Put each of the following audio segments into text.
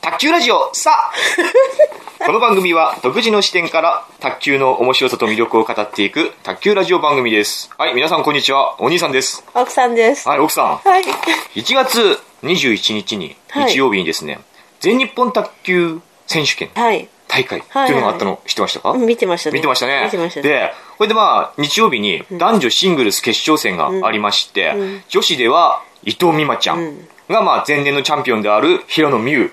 卓球ラジオさ あこの番組は独自の視点から卓球の面白さと魅力を語っていく卓球ラジオ番組ですはい皆さんこんにちはお兄さんです奥さんです。はい奥さはい。 ん1月21日にはい日曜日にですね、全日本卓球選手権はい。大会っていうのがあったの知ってましたか、見てましたね。見てましたね見てましたね。でこれでまあ日曜日に男女シングルス決勝戦がありまして、女子では伊藤美誠ちゃんがまあ前年のチャンピオンである平野美宇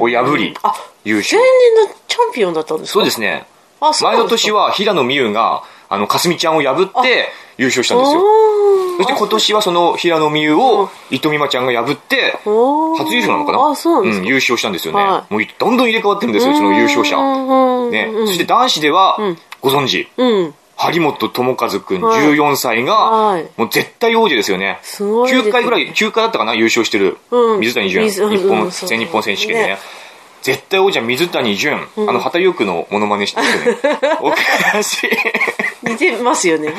を破りあ、優勝、前年のチャンピオンだったんですかそうですねあそう前なんのです年かは平野美宇があのかすみちゃんを破って優勝したんですよおーそして今年はその平野美宇うんを伊藤美誠ちゃんが破っておー初優勝なのかなあ、そうなんですんか。優勝したんですよね、はもうどんどん入れ替わってるんですよその優勝者者ね、そして男子では、ご存知うん。張本智和くんはい14歳が、はいもう絶対王者ですよね。すごいですね9回ぐらい、9回だったかな、優勝してる。うん水谷隼、水うん日う本、んそう全日本選手権でね。ね絶対王者水谷隼、あの、畑優区のモノマネしてますよね。 おかしい。似てます よね。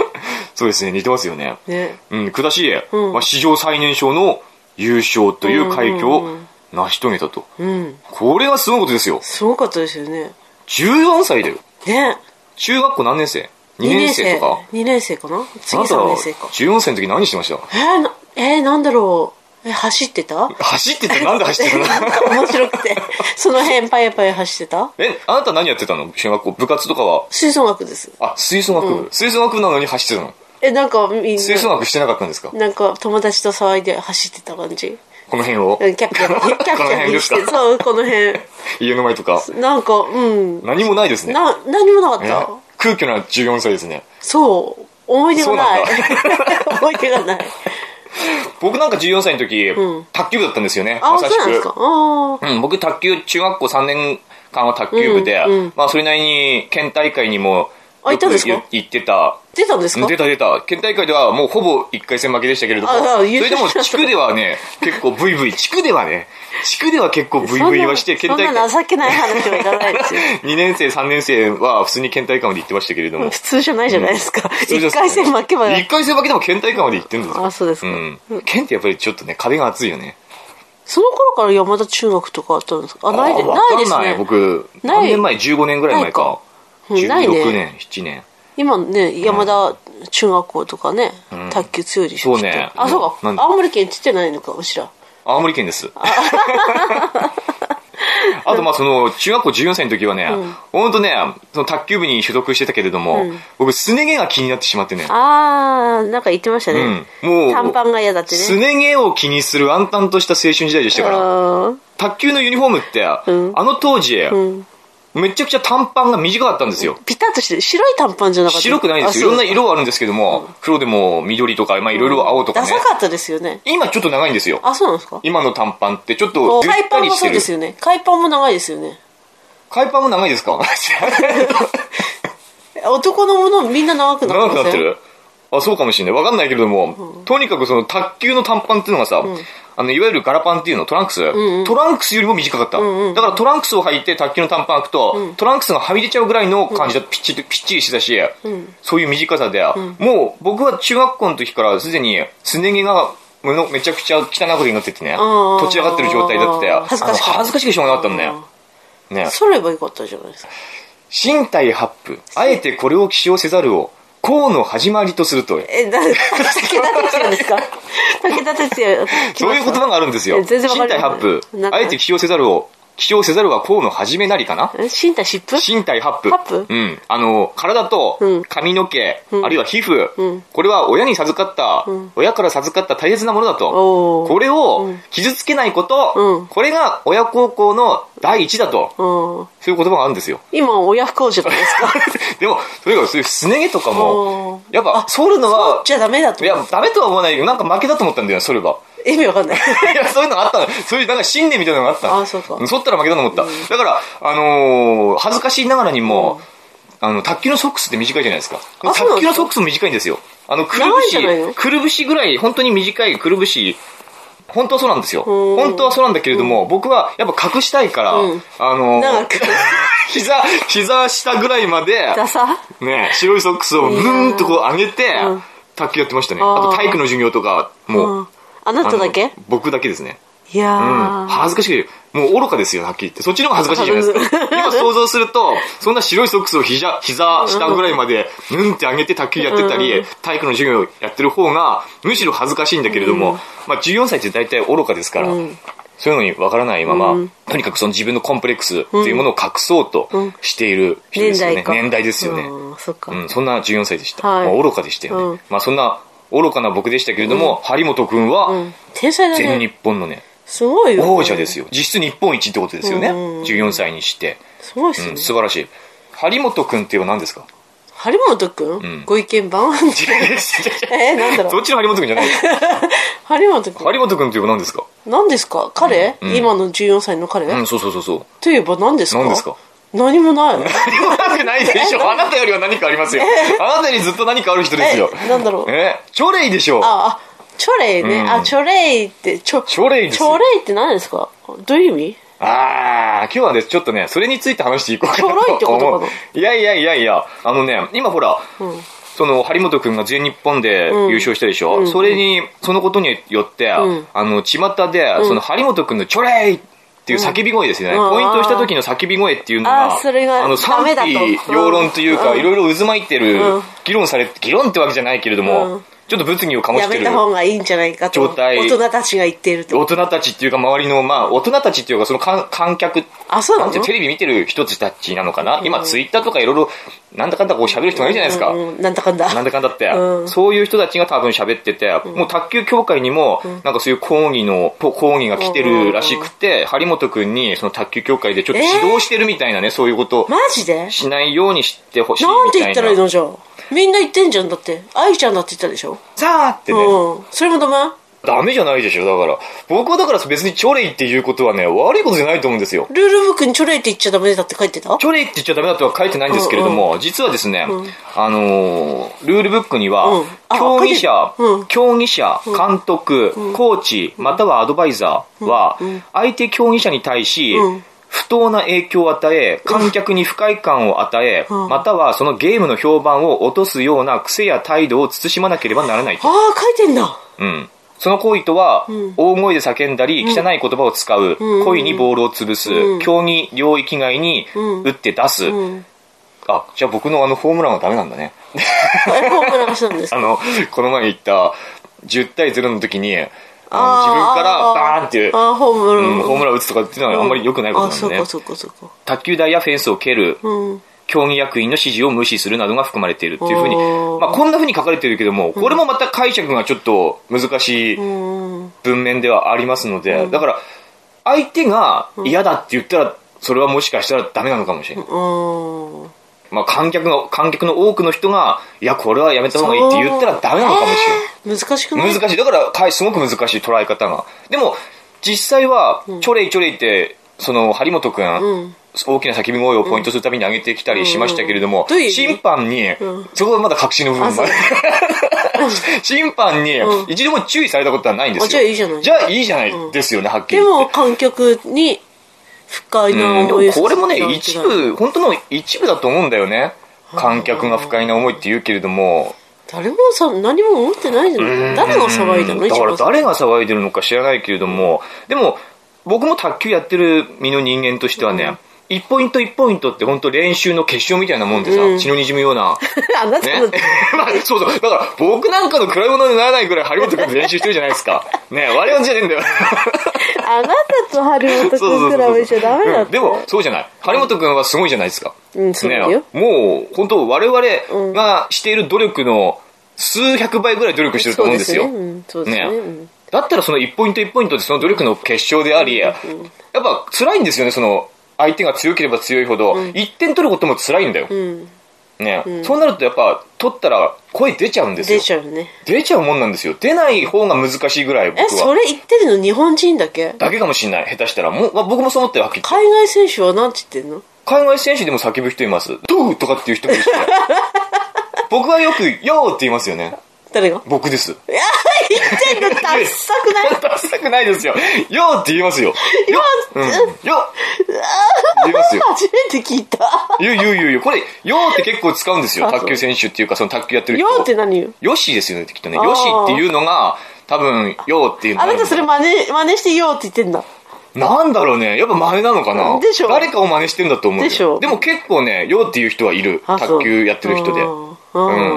そうですね、似てますよね。ね。うん、下しで、うんまあ、史上最年少の優勝という快挙うんうんを成し遂げたと。うん。これはすごいことですよ。すごかったですよね。 14歳だよ。ね。中学校何年生 ?2 年生とか。 2年生かな次あなた3年生か。 14歳の時何してましたえーな、えーなんだろう。え、走って た走ってたなんで走ってたの 面白くて。その辺パヤパヤ走ってたえ、あなた何やってたの中学校部活とかは。吹奏楽です。あ、吹奏楽部、吹奏楽部なのに走ってたの。え、なんかみん吹奏な、楽してなかったんですかなんか友達と騒いで走ってた感じ。この辺をう。んキャッキャッ、キャッキャこの辺ッですしかて、そう、この辺。家の前とか。なんか、うん。何もないですね。な、何もなかっねた。空虚な14歳ですね。そう。思い出がないそう。 思い出がない。僕なんか14歳の時、卓球部だったんですよね。あまあ、さそうしなんですくか。。ああ。うん、僕卓球、中学校3年間は卓球部で、うんうんまあそれなりに県大会にもあよいたんくですか行ってた出たんですか出た出た県大会ではもうほぼ1回戦負けでしたけれどもああそれ優で勝もしちゃった地区ではね結構ブイブイ地区ではね地区では結構ブイそんブイなはして県そん大な会情けない話はいらないですよ。 2年生3年生は普通に県大会まで行ってましたけれども普通じゃないじゃないですか。それじゃ一回戦負けば。一回戦負けでも県大会まで行ってるんですよあそうですかうん、県ってやっぱりちょっとね壁が厚いよねその頃から山田中学とかあったんですかあ、ないであわないでかすんないね。僕ない何年前15年ぐらい前かないかうんないね16年7年今ね、山田中学校とかね、卓球強いでしょ。そうねきっとあ、そうか。なんで青森県って言ってないのか、うちら。青森県です。 あと、まあ、その、中学校14歳の時はね、ほんとね、その卓球部に所属してたけれども、僕、すね毛が気になってしまってね。あー、なんか言ってましたね。うんもう短パンが嫌だってすね。ね毛を気にする暗淡とした青春時代でしたから、あ卓球のユニフォームって、んあの当時、ーうん。めちゃくちゃ短パンが短かったんですよ。ピタッとしてる。白い短パンじゃなかった。白くないんですよ。いろんな色はあるんですけども、黒でも緑とか、まあ、いろいろ青とかダねサ。かったですよね。今ちょっと長いんですよ。あ、そうなんですか今の短パンってちょっとこうずっ海たパンりもしてそうるで。すよね。海パンも長いですよね。海パンも長いですか 男のものみんな長くな長ってくまなってせんるあそうかもしれないわかんないけれども、とにかくその卓球の短パンっていうのがさ、あのいわゆるガラパンっていうのトランクス、トランクスよりも短かった、だからトランクスを履いて卓球の短パン履くと、トランクスがはみ出ちゃうぐらいの感じだとピッチリピッチリしてたし、そういう短さで、もう僕は中学校の時からすでにすね毛がものめちゃくちゃ汚くになっててねあーとち上がってる状態だって恥ずかしかあったの恥ずかしくてしょうがなかったんだよね揃えばよかったじゃないですか。身体発布あえてこれを起用せざるを河の始まりとするとえ、な、武田鉄矢ですか武田鉄矢。そういう言葉があるんですよ。え全然わか身んな体い八布なん。かあえて起用せざるを、起用せざるはこうの始めなりかなえ身体湿布身体八八布布。うん。あの、体うとん髪の毛、あるいは皮膚ん。これは親に授かった、親から授かった大切なものだとお。ーこれをん傷つけないこうとん、これが親孝行の第一だと。うん。そういう言葉があるんですよ。 今、親不孝じゃないですか。でも、とにかくそういうすね毛とかも、おやっぱ、剃るのは、じゃダメだいと思う。や、ダメとは思わないけど、なんか負けだと思ったんだよ、それは。意味わかんない。いや、そういうのがあったの。そういう、なんか信念みたいなのがあったの。あそうかん剃ったら負けだと思った。だから、あのー恥ずかしいながらにも、あの、卓球のソックスって短いじゃないですか。あそう卓なん球ですかのソックスも短いんですよ。あの、くるぶ長いんじゃないし、のくるぶしぐらい、本当に短いくるぶし、本当はそうなんですよ。うん本当はそうなんだけれども、僕はやっぱ隠したいから、うんあのー長く 膝、膝下ぐらいまで、ダサね、白いソックスをぬーんとこう上げてうん、卓球やってましたね。あーあと体育の授業とか、うもう、ん。あなただあけの僕だけですね。いやうー、ん、恥ずかしいもう愚かですよ、はっきり言って。そっちの方が恥ずかしいじゃないですか。今想像すると、そんな白いソックスを膝、 膝下ぐらいまで、ぬんって上げて卓球やってたり、体育の授業やってる方が、むしろ恥ずかしいんだけれども、まあ14歳って大体愚かですから、そういうのにわからないまま、とにかくその自分のコンプレックスっていうものを隠そうとしている人で年すよね。代か年代ですよね。うんそっか、うん、そんな14歳でした。はいまあ、愚かでしたよね。うんまあそんな愚かな僕でしたけれども、張本くんうは、ん天才だ全ね日本のね、すごいよ、ね、王者ですよ。実質日本一ってことですよね。うん14歳にして。すごいっすね、うん、素晴らしい。張本くんっていうのは何ですか張本くん、んご意見番 えー、なんだろそうっちの張本くんじゃない。張本く張本くんっていうのは何ですかん何ですか彼、うん今の14歳の彼、うん、そうそうそうそう。といえば何ですか何ですか何もない何もなくないでしょ。あなたよりは何かありますよ。あなたよりずっと何かある人ですよ。えなんだろうえチョレイでしょ。ああチョレイね、うんあチョレイってチョチョレイですチよョレイって何ですかどういう意味あー、今日はね、ちょっとね、それについて話していこうかなと思う。ちょろいってことかないやいやいやいや、あのね、今ほら、その、張本くんが全日本で優勝したでしょ、それに、そのことによって、うんあの、巷で、その、張本くんのチョレイっていう叫び声ですね、うんポイントした時の叫び声っていうのが、あーそれがあの、ダ賛メだと否両論というか、うんいろいろ渦巻いてる、うん議論されて、議論ってわけじゃないけれども、うんちょっと物議を醸やしてめる。た方がいいんじゃないかと状態大人たちが言っていると大人たちっていうか周りの、まあ、大人たちっていうか、その観観客、あそうななんのてテレビ見てる人たちなのかな、今ツイッターとかいろいろなんだかんだこう喋る人がいるじゃないですか、うんうんなんだかんだなんだかんだって、うんそういう人たちが多分喋ってて、もう卓球協会にも、なんかそういう抗議の、こ抗議が来てるらしくて、張本くんにその卓球協会でちょっと指導してるみたいなね、そういうことをマジでしないようにしてほしいなんみてた言いったな。らいいのじゃあみんな言ってんじゃんだって愛ちゃんだって言ったでしょ、さあってね、うんそれもダメダメじゃないでしょ、だから。僕はだから別にチョレイっていうことはね、悪いことじゃないと思うんですよ。ルールブックにチョレイって言っちゃダメだって書いてたチョレイって言っちゃダメだとは書いてないんですけれども、実はですね、あのールールブックには、うんあ競技者、書いてるうん競技者、監督、コーチ、またはアドバイザーは、相手競技者に対し、うん不当な影響を与え、観客に不快感を与え、うんまたはそのゲームの評判を落とすような癖や態度を慎まなければならないと。ああ書いてんだうん。その行為とは、大声で叫んだり、汚い言葉を使う、うん故意にボールを潰す、競技領域外に打って出す、うんあ、じゃあ僕のあのホームランはダメなんだね。えホームランしたんですあかの、この前言った10対0の時に、あのあー自分からバーンっていう、ああホームラうんン、ホームラン打つとかっていうのはあんまり良くないことなんだねあ。そうかそうかそうか卓球台やフェンスを蹴る、うん競技役員の指示を無視するなどが含まれているっていうふうにあー、まあこんなふうに書かれてるけども、これもまた解釈がちょっと難しいうん文面ではありますので、だから、相手が嫌だって言ったら、それはもしかしたらダメなのかもしれない。うんまあ観客の、観客の多くの人が、いや、これはやめた方がいいって言ったらダメなのかもしれない。難しくない難しい。だからかい、すごく難しい捉え方が。でも、実際は、チョレイチョレイって、その、張本くん、うん大きな叫び声をポイントするために上げてきたりしましたけれども、うんうんうんどういう意味審判に、んそこはまだ確信の部分もある 審判に、一度も注意されたことはないんですよ。あじゃあいいじゃないじゃあいいじゃないですよね、はっきりで言って。も観客に不快なうん、で思いもをさせこれもねたんじゃない一部本当の一部だと思うんだよね観客が不快な思いって言うけれども誰もさ何も思ってないじゃない誰が騒いだのうんだから一番誰が騒いでるのか知らないけれどもでも僕も卓球やってる身の人間としてはね、一ポイント一ポイントって本当練習の結晶みたいなもんでさ、うん血の滲むような あなたねの まあそうそうだから僕なんかの比べ物にならないぐらい張本君と練習してるじゃないですかね我々じゃねえんだ よあなたと春本そうそう君そう比べちゃダメだっうんてでも、そうじゃない。張本くんはすごいじゃないですか。うんそうだよねもう、本当我々がしている努力の数百倍ぐらい努力してると思うんですよ。そうねうんそうですねうんだったらその一ポイント一ポイントでその努力の結晶であり、やっぱ辛いんですよね、その、相手が強ければ強いほど、一点取ることも辛いんだよ。うんね、そうなるとやっぱ、取ったら声出ちゃうんですよ出。ちゃうね出ちゃうもんなんですよ。出ない方が難しいぐらい、僕えそは。れ言ってるの日本人だけだけかもしれない、下手したら。もう、まあ僕もそう思ってる、はっきり言って海外選手は何て言ってんの海外選手でも叫ぶ人います。ドゥーとかっていう人もいるし ね僕はよく、ヨーって言いますよね。誰が 僕です。いや言ってんのダッサくない ダサくないですよ。ヨーって言いますよ。今うん。ヨー言いますよ。 初めて聞いた言う言う言う言う。これ、ヨーって結構使うんですよ。あそう卓球選手っていうか、その卓球やってる人。よって何よヨッシーですよね、きっとね。あーヨッシーっていうのが、多分、ようっていうのあなたそれ真似真似してよって言ってんだなんだろうね。やっぱ真似なのかなでしょ誰かを真似してんだと思うよでしょでも結構ね、ようっていう人はいる。あそう卓球やってる人で。うん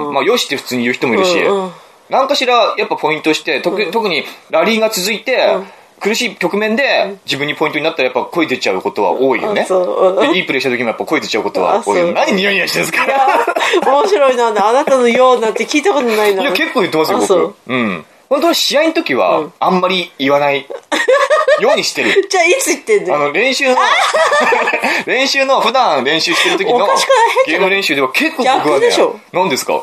うん。まあ、よしって普通に言う人もいるしうんうん。なんかしら、やっぱポイントして、特に特にラリーが続いて、苦しい局面で自分にポイントになったらやっぱ声出ちゃうことは多いよあね。そううんでいいプレーした時もやっぱ声出ちゃうことは多いあそよ。う何ニヤニヤしてるんですか 面白いなあなたのようなんて聞いたことないないや、結構言ってますよ、あそう僕。うん。本当は試合の時は、あんまり言わないようにして る。じゃあいつ言ってんだあよの、練 習の、練習の、普段練習してる時のおかしくないゲーム練習では結構僕は逆ねでしょ、何ですか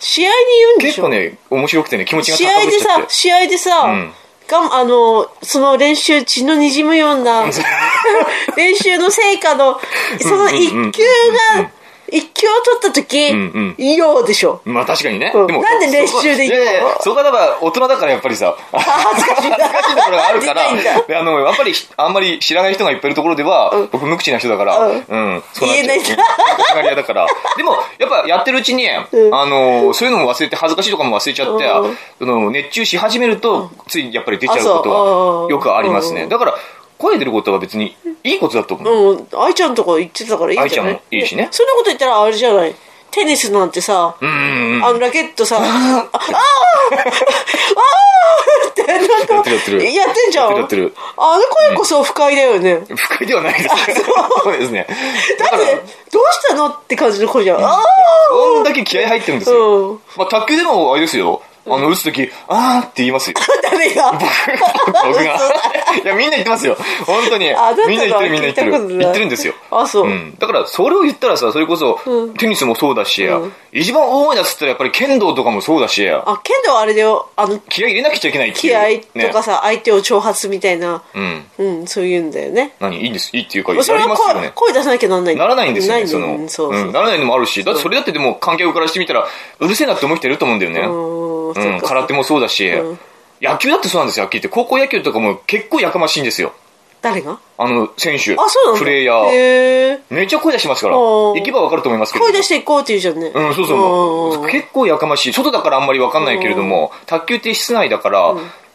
試合に言うんでし結ょ構ね、面白くてね、気持ちが試合高ぶっでちゃっさて。試合でさ、んがんあのその練習血のにじむような 練習の成果のその一球が、一球を取った時、んいいよでしょまあ確かにね。うんでも。なんで練習でい言うやのいやそこはだから大人だからやっぱりさ、恥ずかしいな難しいところがあるか出たんだら、であの、やっぱり、あんまり知らない人がいっぱいいるところでは、僕無口な人だから、ううんん、そうなっちゃう言えないんだうん恥ずかしがり屋だから。でも、やっぱやってるうちに、あうんの、そういうのも忘れて、恥ずかしいとかも忘れちゃってうん、その、熱中し始めると、ついやっぱり出ちゃうこあそうとうんは、よくありますうね。んだから、声出ることは別にいいことだと思う。うん愛ちゃんとか言ってたからいいんじゃない愛ちゃんもいいしねそんなこと言ったらあれじゃないテニスなんてさ、うんうん。あのラケ ットさ、ああああってなんかやってるやってるやってんじゃん。やってるやってるあの声こそ不快だよね。だって、不快ではないです。 そうですね。だどかうら、したのって感じの声じゃん。ああどんだけ気合入ってるんですうんよ。まあ、卓球でもあれですよ。あの、打つとき、あーって言いますよ。誰が 僕が。いや、みんな言ってますよ。本当にあだったら。みんな言ってる、みんな言って聞いたことるな。い言ってるんですよ。あそううん。だから、それを言ったらさ、それこそ、テニスもそうだしうん、一番大声出すったらやっぱり剣道とかもそうだし、あ剣道はあれだよあの気合入れなくちゃいけないっていう。気合とかね。さ、相手を挑発みたいな、うん。うん、そういうんだよね何いいんです。いいっていうか、やそれりはますよ声,、ね。声出さなきゃなんないならないんですよね、だそうんの。そうそう、うんならないのもあるし、だってそれだってでも観客からしてみたら、うるせえなって思う人いると思うんだよね。うんうん、空手もそうだし、うん野球だってそうなんですよ、はっきり言って。高校野球とかも結構やかましいんですよ。誰があの、選手、あそうなんだプレイヤへー。えめっちゃ声出しますから。あー行けばわかると思いますけど。声出していこうって言うじゃんねうん、そうそう。ん結構やかましい。外だからあんまりわかんないけれども、卓球って室内だから、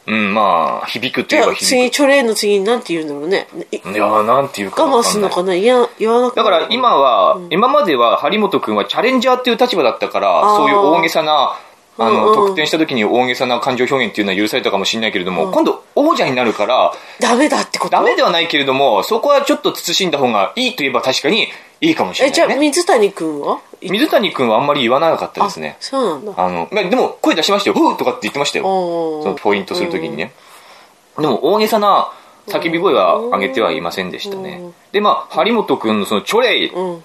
うん、まあ、響くとじいえゃばあ次響チョレーの次になんて言うんだろうねいく。いやー、なんていうか我わ慢すかんんなのい。かな言わ言わなくだから今は、今までは張本君はチャレンジャーっていう立場だったからあーそういう大げさなあの、うんうん得点した時に大げさな感情表現っていうのは許されたかもしれないけれども、今度王者になるからダメだってことダメではないけれどもそこはちょっと慎んだ方がいいといえば確かにいいかもしれえじゃあないね水谷君は水谷君はあんまり言わなかったですねあそうなんだあのまあでも声出しましたよ「ふう!」とかって言ってましたよおーそのポイントするときにねでも大げさな叫び声は上げてはいませんでしたねうんでまあ張本君のそのチョレイうん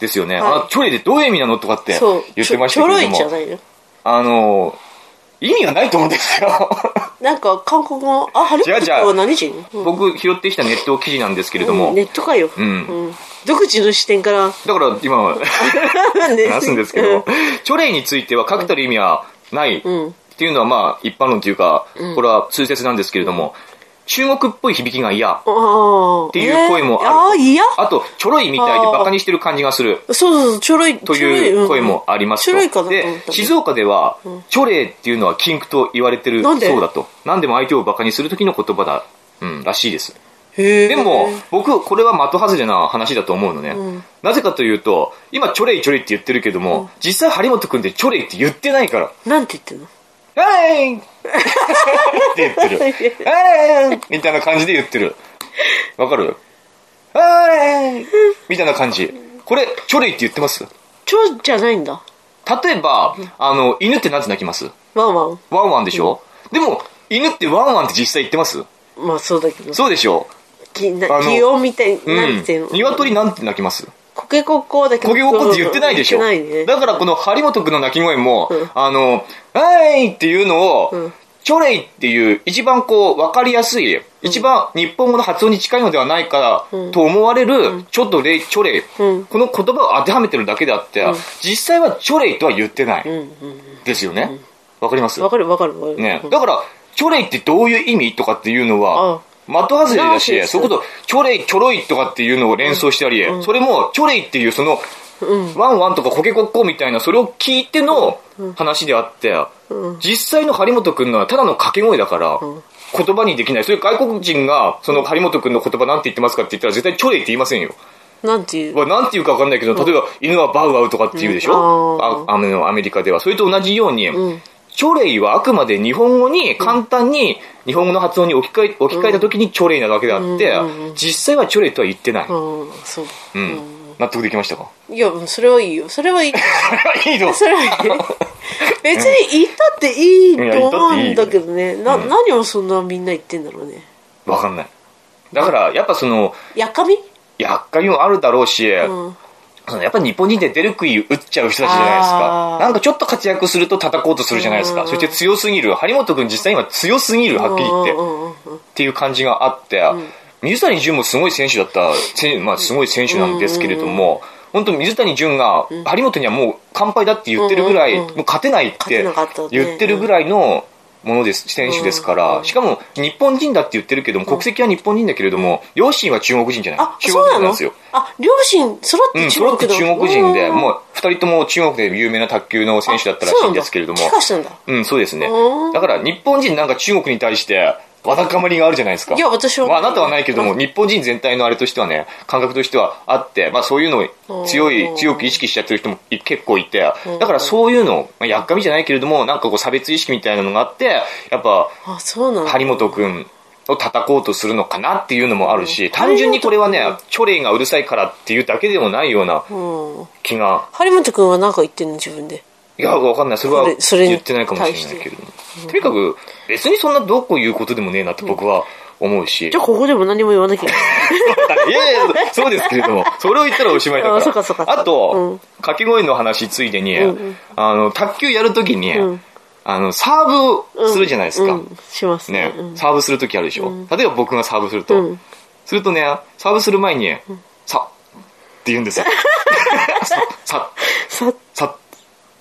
ですよね、はいあチョレイでどういう意味なのとかってそう言ってましたけちょちょろれどいじゃなもいのあの意味がないと思うんですよなんか韓国語あハリ違う違うポッターは何人うん僕拾ってきたネット記事なんですけれども、うんネットかよ、うんうん独自の視点からだから今は 話すんですけど、チョレイについては確たる意味はないっうんていうのはまあ一般論というかこれは通説なんですけれども中国っぽい響きが嫌っていう声もあるああいやあとちょろいみたいでバカにしてる感じがするそうそうちょろいという声もありますちょとろいうんちょろいかなと思っでた静岡ではチョレイっていうのは禁句と言われてるなそんうでだと何でも相手をバカにする時の言葉だ、うん、らしいですででも僕これは的外れな話だと思うのね、なぜかというと今チョレイチョレイって言ってるけども、実際張本君ってチョレイって言ってないからなんて言ってんの「はい!」って言ってる「はい!」みたいな感じで言ってるわかる?「はい!」みたいな感じこれチョレイって言ってますちょじゃないんだ例えば、あの、犬ってなんて鳴きますワンワワンワンでしょ、でも、犬ってワンワンって実際言ってますンまあそうだけどそうでしょきなあの擬音みたいにうなんんて言うの。鶏なんて鳴きますコケコッコーだけどコケコッコって言ってないでしょ言ってないねだからこの張本くんの鳴き声も、うんあの、はいっていうのを、んチョレイっていう一番こう分かりやすい、一番日本語の発音に近いのではないかと思われる、ちょっとレイ、チョレイ、うんこの言葉を当てはめてるだけであって、実際はチョレイとは言ってない。うんうんですよね。わ、かりますわかるわかるわかるね、うんだから、チョレイってどういう意味とかっていうのうんは、的外れだ直しでし、すそれこそ、チョレイ、チョロイとかっていうのを連想したり、それも、チョレイっていうその、ワンワンとかコケコッコーみたいな、それを聞いての話であって、実際の張本くんのはただの掛け声だから、言葉にできない。そういう外国人が、その張本くんの言葉なんて言ってますかって言ったら、絶対チョレイって言いませんよ。なんていうまあ、なんていうかわかんないけど、例えば、犬はバウアウとかって言うでしょ、うんあああのアメリカでは。それと同じように、チョレイはあくまで日本語に簡単に日本語の発音に置き換え置き換えた時にチョレイなだけであって、実際はチョレイとは言ってない。うんそううん納得できま したかいやそれはいいよそ れはいいいいのそ れはいい別に言ったっていいと思うんだけどねな何をそんなみんな言ってんだろうねわかんない。だから、やっぱその、やかみ厄介もあるだろうし、うんそのやっぱ日本人って出る杭打っちゃう人たちじゃないですあかー。なんかちょっと活躍すると叩こうとするじゃないですか。そして強すぎる。張本君実際今強すぎる、はっきり言って。うんうんうんうんっていう感じがあって、水谷隼もすごい選手だった、せんまあ、すごい選手なんですけれども、本当水谷隼が張本にはもう完敗だって言ってるぐらい、うんうんうんもう勝てないっ勝ててなかったね言ってるぐらいのものです、選手ですから、しかも日本人だって言ってるけども、国籍は日本人だけれども、両親は中国人じゃないあ。中そ国人うななんのですよ。あ両親揃っうてん、中そろ国って中国人で、もう二人とも中国で有名な卓球の選手だったらしいんですけれども帰、化したんだうん、そうですねう。んだから日本人なんか中国に対して、わだかまりがあるじゃないですか。いや私は まあ、あなたはないけども、日本人全体のあれとしてはね、感覚としてはあって、まあそういうのを強うい、ん強く意識しちゃってる人もい結構いて、だからそういうの、まあ、やっかみじゃないけれども、なんかこう差別意識みたいなのがあって、やっぱ、あそうなんだ張本くんを叩こうとするのかなっていうのもあるし、単純にこれはね、チョレイがうるさいからっていうだけでもないようなうん気が、張本君は何か言ってんの自分でいや、わかんない。それはそれそれに言ってないかもしれないけれども。とにかく、別にそんなどうこう言うことでもねえなって僕は思うし。じゃあここでも何も言わなきゃい けないいやいやいや、そうですけれども、それを言ったらおしまいだから。あそうかそうかそうかあうんと、掛け声の話ついでに、あの、卓球やるときに、うんあの、サーブするじゃないですか。うん、しますねねう、んサーブするときあるでしょ。例えば僕がサーブすると、うんするとね、サーブする前に、さって言うんですよ。さ、さ、ささっ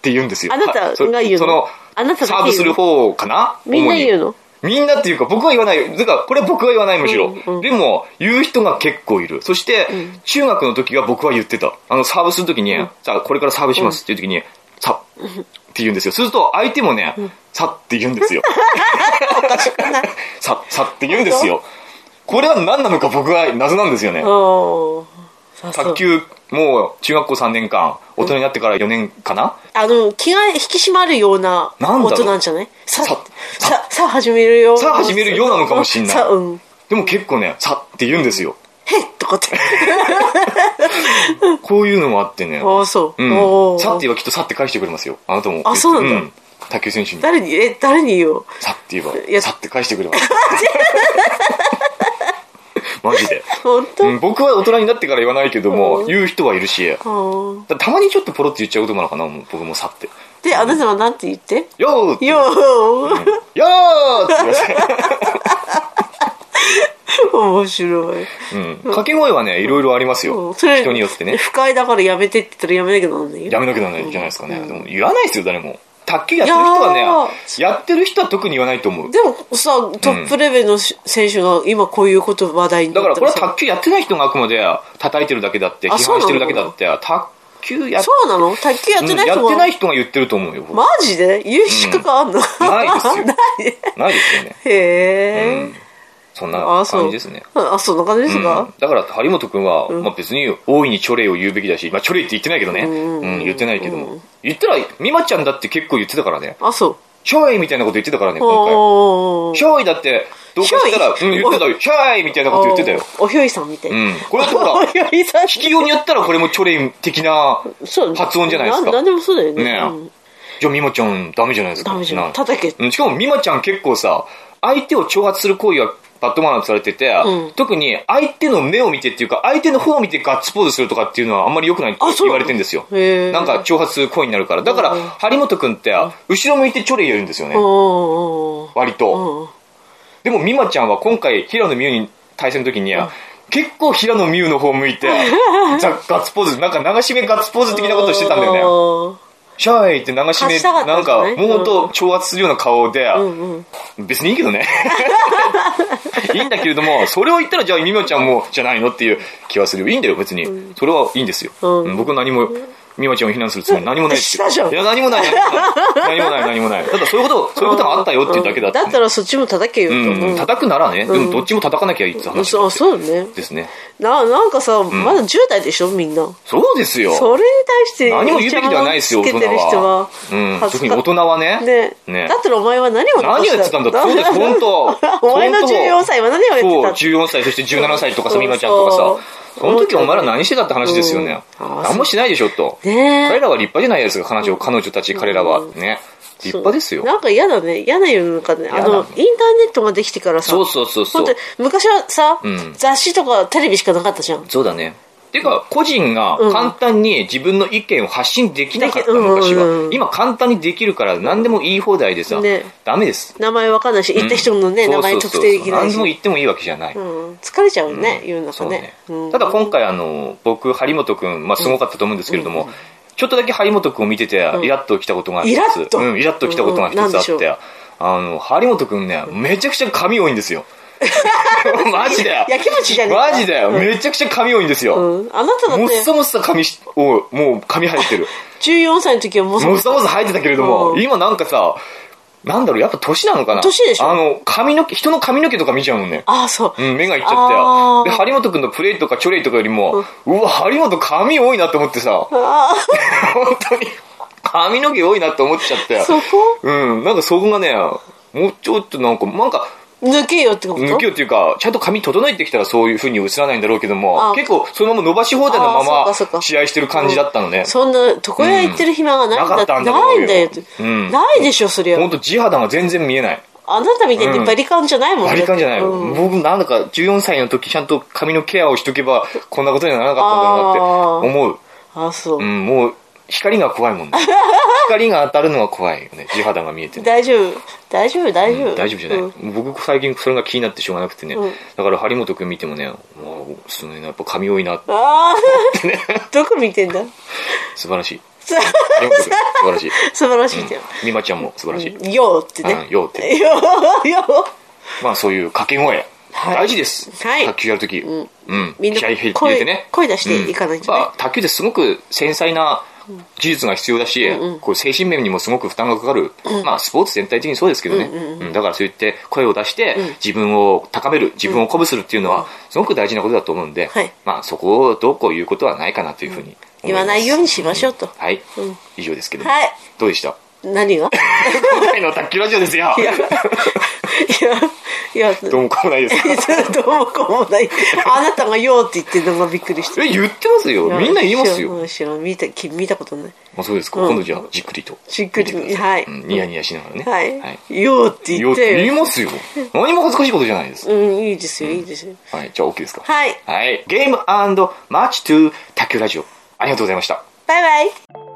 て言うんですよ。あなたが言うのその、あなたサだーブけす言うのる方かなみんな言う主にのみんなっていうか僕は言わないよ。だからこれは僕は言わないむしろ。でも言う人が結構いる。そして、中学の時は僕は言ってた。あのサーブする時に、さあこれからサーブしますっていう時に、さって言うんですよ。すると相手もね、さって言うんですよ。さ、さって言うんですよ。これは何なのか僕は謎なんですよね。ああ卓球、もう中学校3年間、大人になってから4年かな、あの気が引き締まるようななんだろう音なんじゃないささささ始めるよさ始めるようなのかもしんないさうんでも結構ね、さって言うんですよ。へっとかってこういうのもあってね。ああそう、うおん。ーさって言えばきっとさって返してくれますよ。あなたも。あそうなんだ卓球選手に。誰にえ誰に言おうさって言えいば、やさって返してくれ ます。マジで。本当、うん、僕は大人になってから言わないけども、言う人はいるし、だかああらたまにちょっとポロって言っちゃうこともあるかな、もう僕もさって。であなたはなんて言ってよーってよー よーって言いました。面白い、うん。掛け声はね、いろいろありますうよ。んそれ人によってね。不快だからやめてって言ったらやめなきゃなんないよやめなきゃならないじゃないですかね。でも言わないですよ、誰も。卓球やってる人はいやね、やってる人は特に言わないと思う。でもさトップレベルのし選手が今こういうこと話題にだかなっらこたれらは卓球やってない人があくまで叩いてるだけだって、批あそう判しなのてるだけだって、卓球やっそうなの卓球やってない人うんが、やってない人が言ってると思うよ。マジで言う資格あんの、ないですよ ないないですよね。へえ、うんそんなあそう感じですね。あそんな感じでうすんか、だから、張本君は、まあ別に大いにチョレイを言うべきだし、まあチョレイって言ってないけどね。うん、言ってないけども。言ったら、美馬ちゃんだって結構言ってたからね。あそうチョイみたいなこと言ってたからね、今回。おひょいだって、どうかしたら、うん、ひょい言ってたよ。ひょいみたいなこと言ってたよ。おひょいさんみたいな、うん。これだってほお ら、ひょいさん引きようにやったらこれもチョレイ的なそう発音じゃないですかなんでもそうだよねねえ、うんじゃあ、美馬ちゃん、ダメじゃないですか。ダメじゃなん叩けうんしかも、美馬ちゃん結構さ、相手を挑発する行為はバッドマナーとされてて、うん特に相手の目を見てっていうか、相手の方を見てガッツポーズするとかっていうのはあんまり良くないってあそう言われてんですよ。へえなんか、挑発する行為になるから。だから、張本くんって、後ろ向いてチョレイやるんですよねお。お割おと。おでも、美馬ちゃんは今回、平野美宇に対戦の時に、結構平野美 宇の方向いて、ザガッツポーズ、なんか流し目ガッツポーズ的なことしてたんだよね。よシャーイって流し目、発したかったなんんじゃかない、もう本当、挑発するような顔で、別にいいけどね。 いいんだけれども、それを言ったら、じゃあ、みみちゃんも、じゃないのっていう気はするよ。いいんだよ、別に。それはいいんですよ。うんうん僕は何も、みみちゃんを非難するつもり何もないですよしたじゃんいや、何もない、何もない、何もない。ただ、そういうこと、そういうことがあったよっていうだけだっんだたったらそっちも叩けよとうん、思う叩くならね、でもどっちも叩かなきゃいいってうん話そうそうだねですね。ななんかさまだ10代でしょみんなそうですよ。それに対して何も言うべきではないですよ、イチ大ャ人モンつけてる人はは。うん、恥ず特かに大人はね。ねねだったらお前は何を何を残しやってたんだって、そうです、本当。 お前の本当14歳は何をやってたんそだ う、14歳、そして17歳とかさ、そうみまちゃんとかそうさ、その時お前ら何してたって話ですよね。うんあー何もしないでしょ、と。ねえ彼らは立派じゃないですか、彼女、彼女たち、彼らは。ね。立派ですよ。なんか嫌だね嫌な世の中ねあ嫌だのイねンターネットができてからさそうそうそうそう本当。に昔はさ、ん雑誌とかテレビしかなかったじゃんそうだね。っていうか、個人が簡単に自分の意見を発信できなかった、できうんうんうん昔は。今、簡単にできるから、何でも言い放題でさね、ダメです。名前わかんないし言った人のね、そ名うそ前うそ特う定できない何しでも言ってもいいわけじゃない。うん、疲れちゃうね、世の中ねそううんただ今回あの僕張本君、まあ、すごかったと思うんですけれども、ちょっとだけ張本君を見ててイラッときたことがイ一ラつッとうん、イラッときたことが一つうんうあんなんでっしょうて、あの張本君ねめちゃくちゃ髪多いんです よマジだよやきもちじゃねえかマジだよ、めちゃくちゃ髪多いんですよ、うん、あなただっもってさもっさ髪しをもう髪生えて る14歳の時はもうもっさもっさ生えてたけれども、うん今なんかさなんだろうやっぱ年なのかな年でしょあの髪の毛人の髪の毛とか見ちゃうもんねああそう、うん、目がいっちゃったよ。あーで、張本くんのプレイとかチョレイとかよりも、うわ、張本髪多いなと思ってさ、本あ 当に、髪の毛多いなと思っちゃったあよ。そこうん、なんかそこがね、もうちょっとなんか、なんか、抜けよってこと抜けようっていうか、ちゃんと髪整えてきたらそういう風に映らないんだろうけどもあ、結構そのまま伸ばし放題のまあーそうかそうまか試合してる感じだったのね。そんな床屋行ってる暇がないんうんなかだ,、ったんだないんだよって、うんないでしょそりゃほんと地肌が全然見えない。あなたみたいにバリカンじゃないもんバリカンじゃないよ、うん僕なんだか14歳の時ちゃんと髪のケアをしとけば、こんなことにはならなかったんだろうなって思う。ああそう、うん、もう、光が怖い もんね。光が当たるのは怖いよね。地肌が見えてね。大丈夫大丈夫大丈夫、大丈夫じゃない、うん僕最近それが気になってしょうがなくてね、うんだから張本君見てもねわあすごいなやっぱ髪多いなああ どこ見てんだ 素晴らしい張本君素晴らしい素晴らしいじゃん、美馬ちゃんも素晴らしい、うんよーってねうんよーってよーよーまあそういう掛け声、はい大事です、はい卓球やるとき、うんみんな気合い入声れてね声出していかないとねうんまあ卓球ってすごく繊細な技術が必要だし、こう精神面にもすごく負担がかかる、まあ、スポーツ全体的にそうですけどね、うんだからそう言って声を出して自分を高める自分を鼓舞するっていうのはすごく大事なことだと思うんで、はいまあ、そこをどうこう言うことはないかなというふうに思言いますわないようにしましょうと、はい、以上ですけども、はいどうでした 何が今回の卓球ラジオですよいやいやいやどうもこうないですどうもこうもない。あなたがよーって言ってるのがびっくりして。え言ってますよ みんな言いますよ知らん。知らん見たき見たことない。あそうですか、うん今度じゃあじっくりとじっくり見てくださはいうんニヤニヤしながらねはい。はいよーっていや言言っていよ。ますよ何も恥ずかしいことじゃないです、うん、いいですよ、いいですよ。はいじゃあ OK ですかはい。はい、ゲームマッチ2卓球ラジオありがとうございましたバイバイ。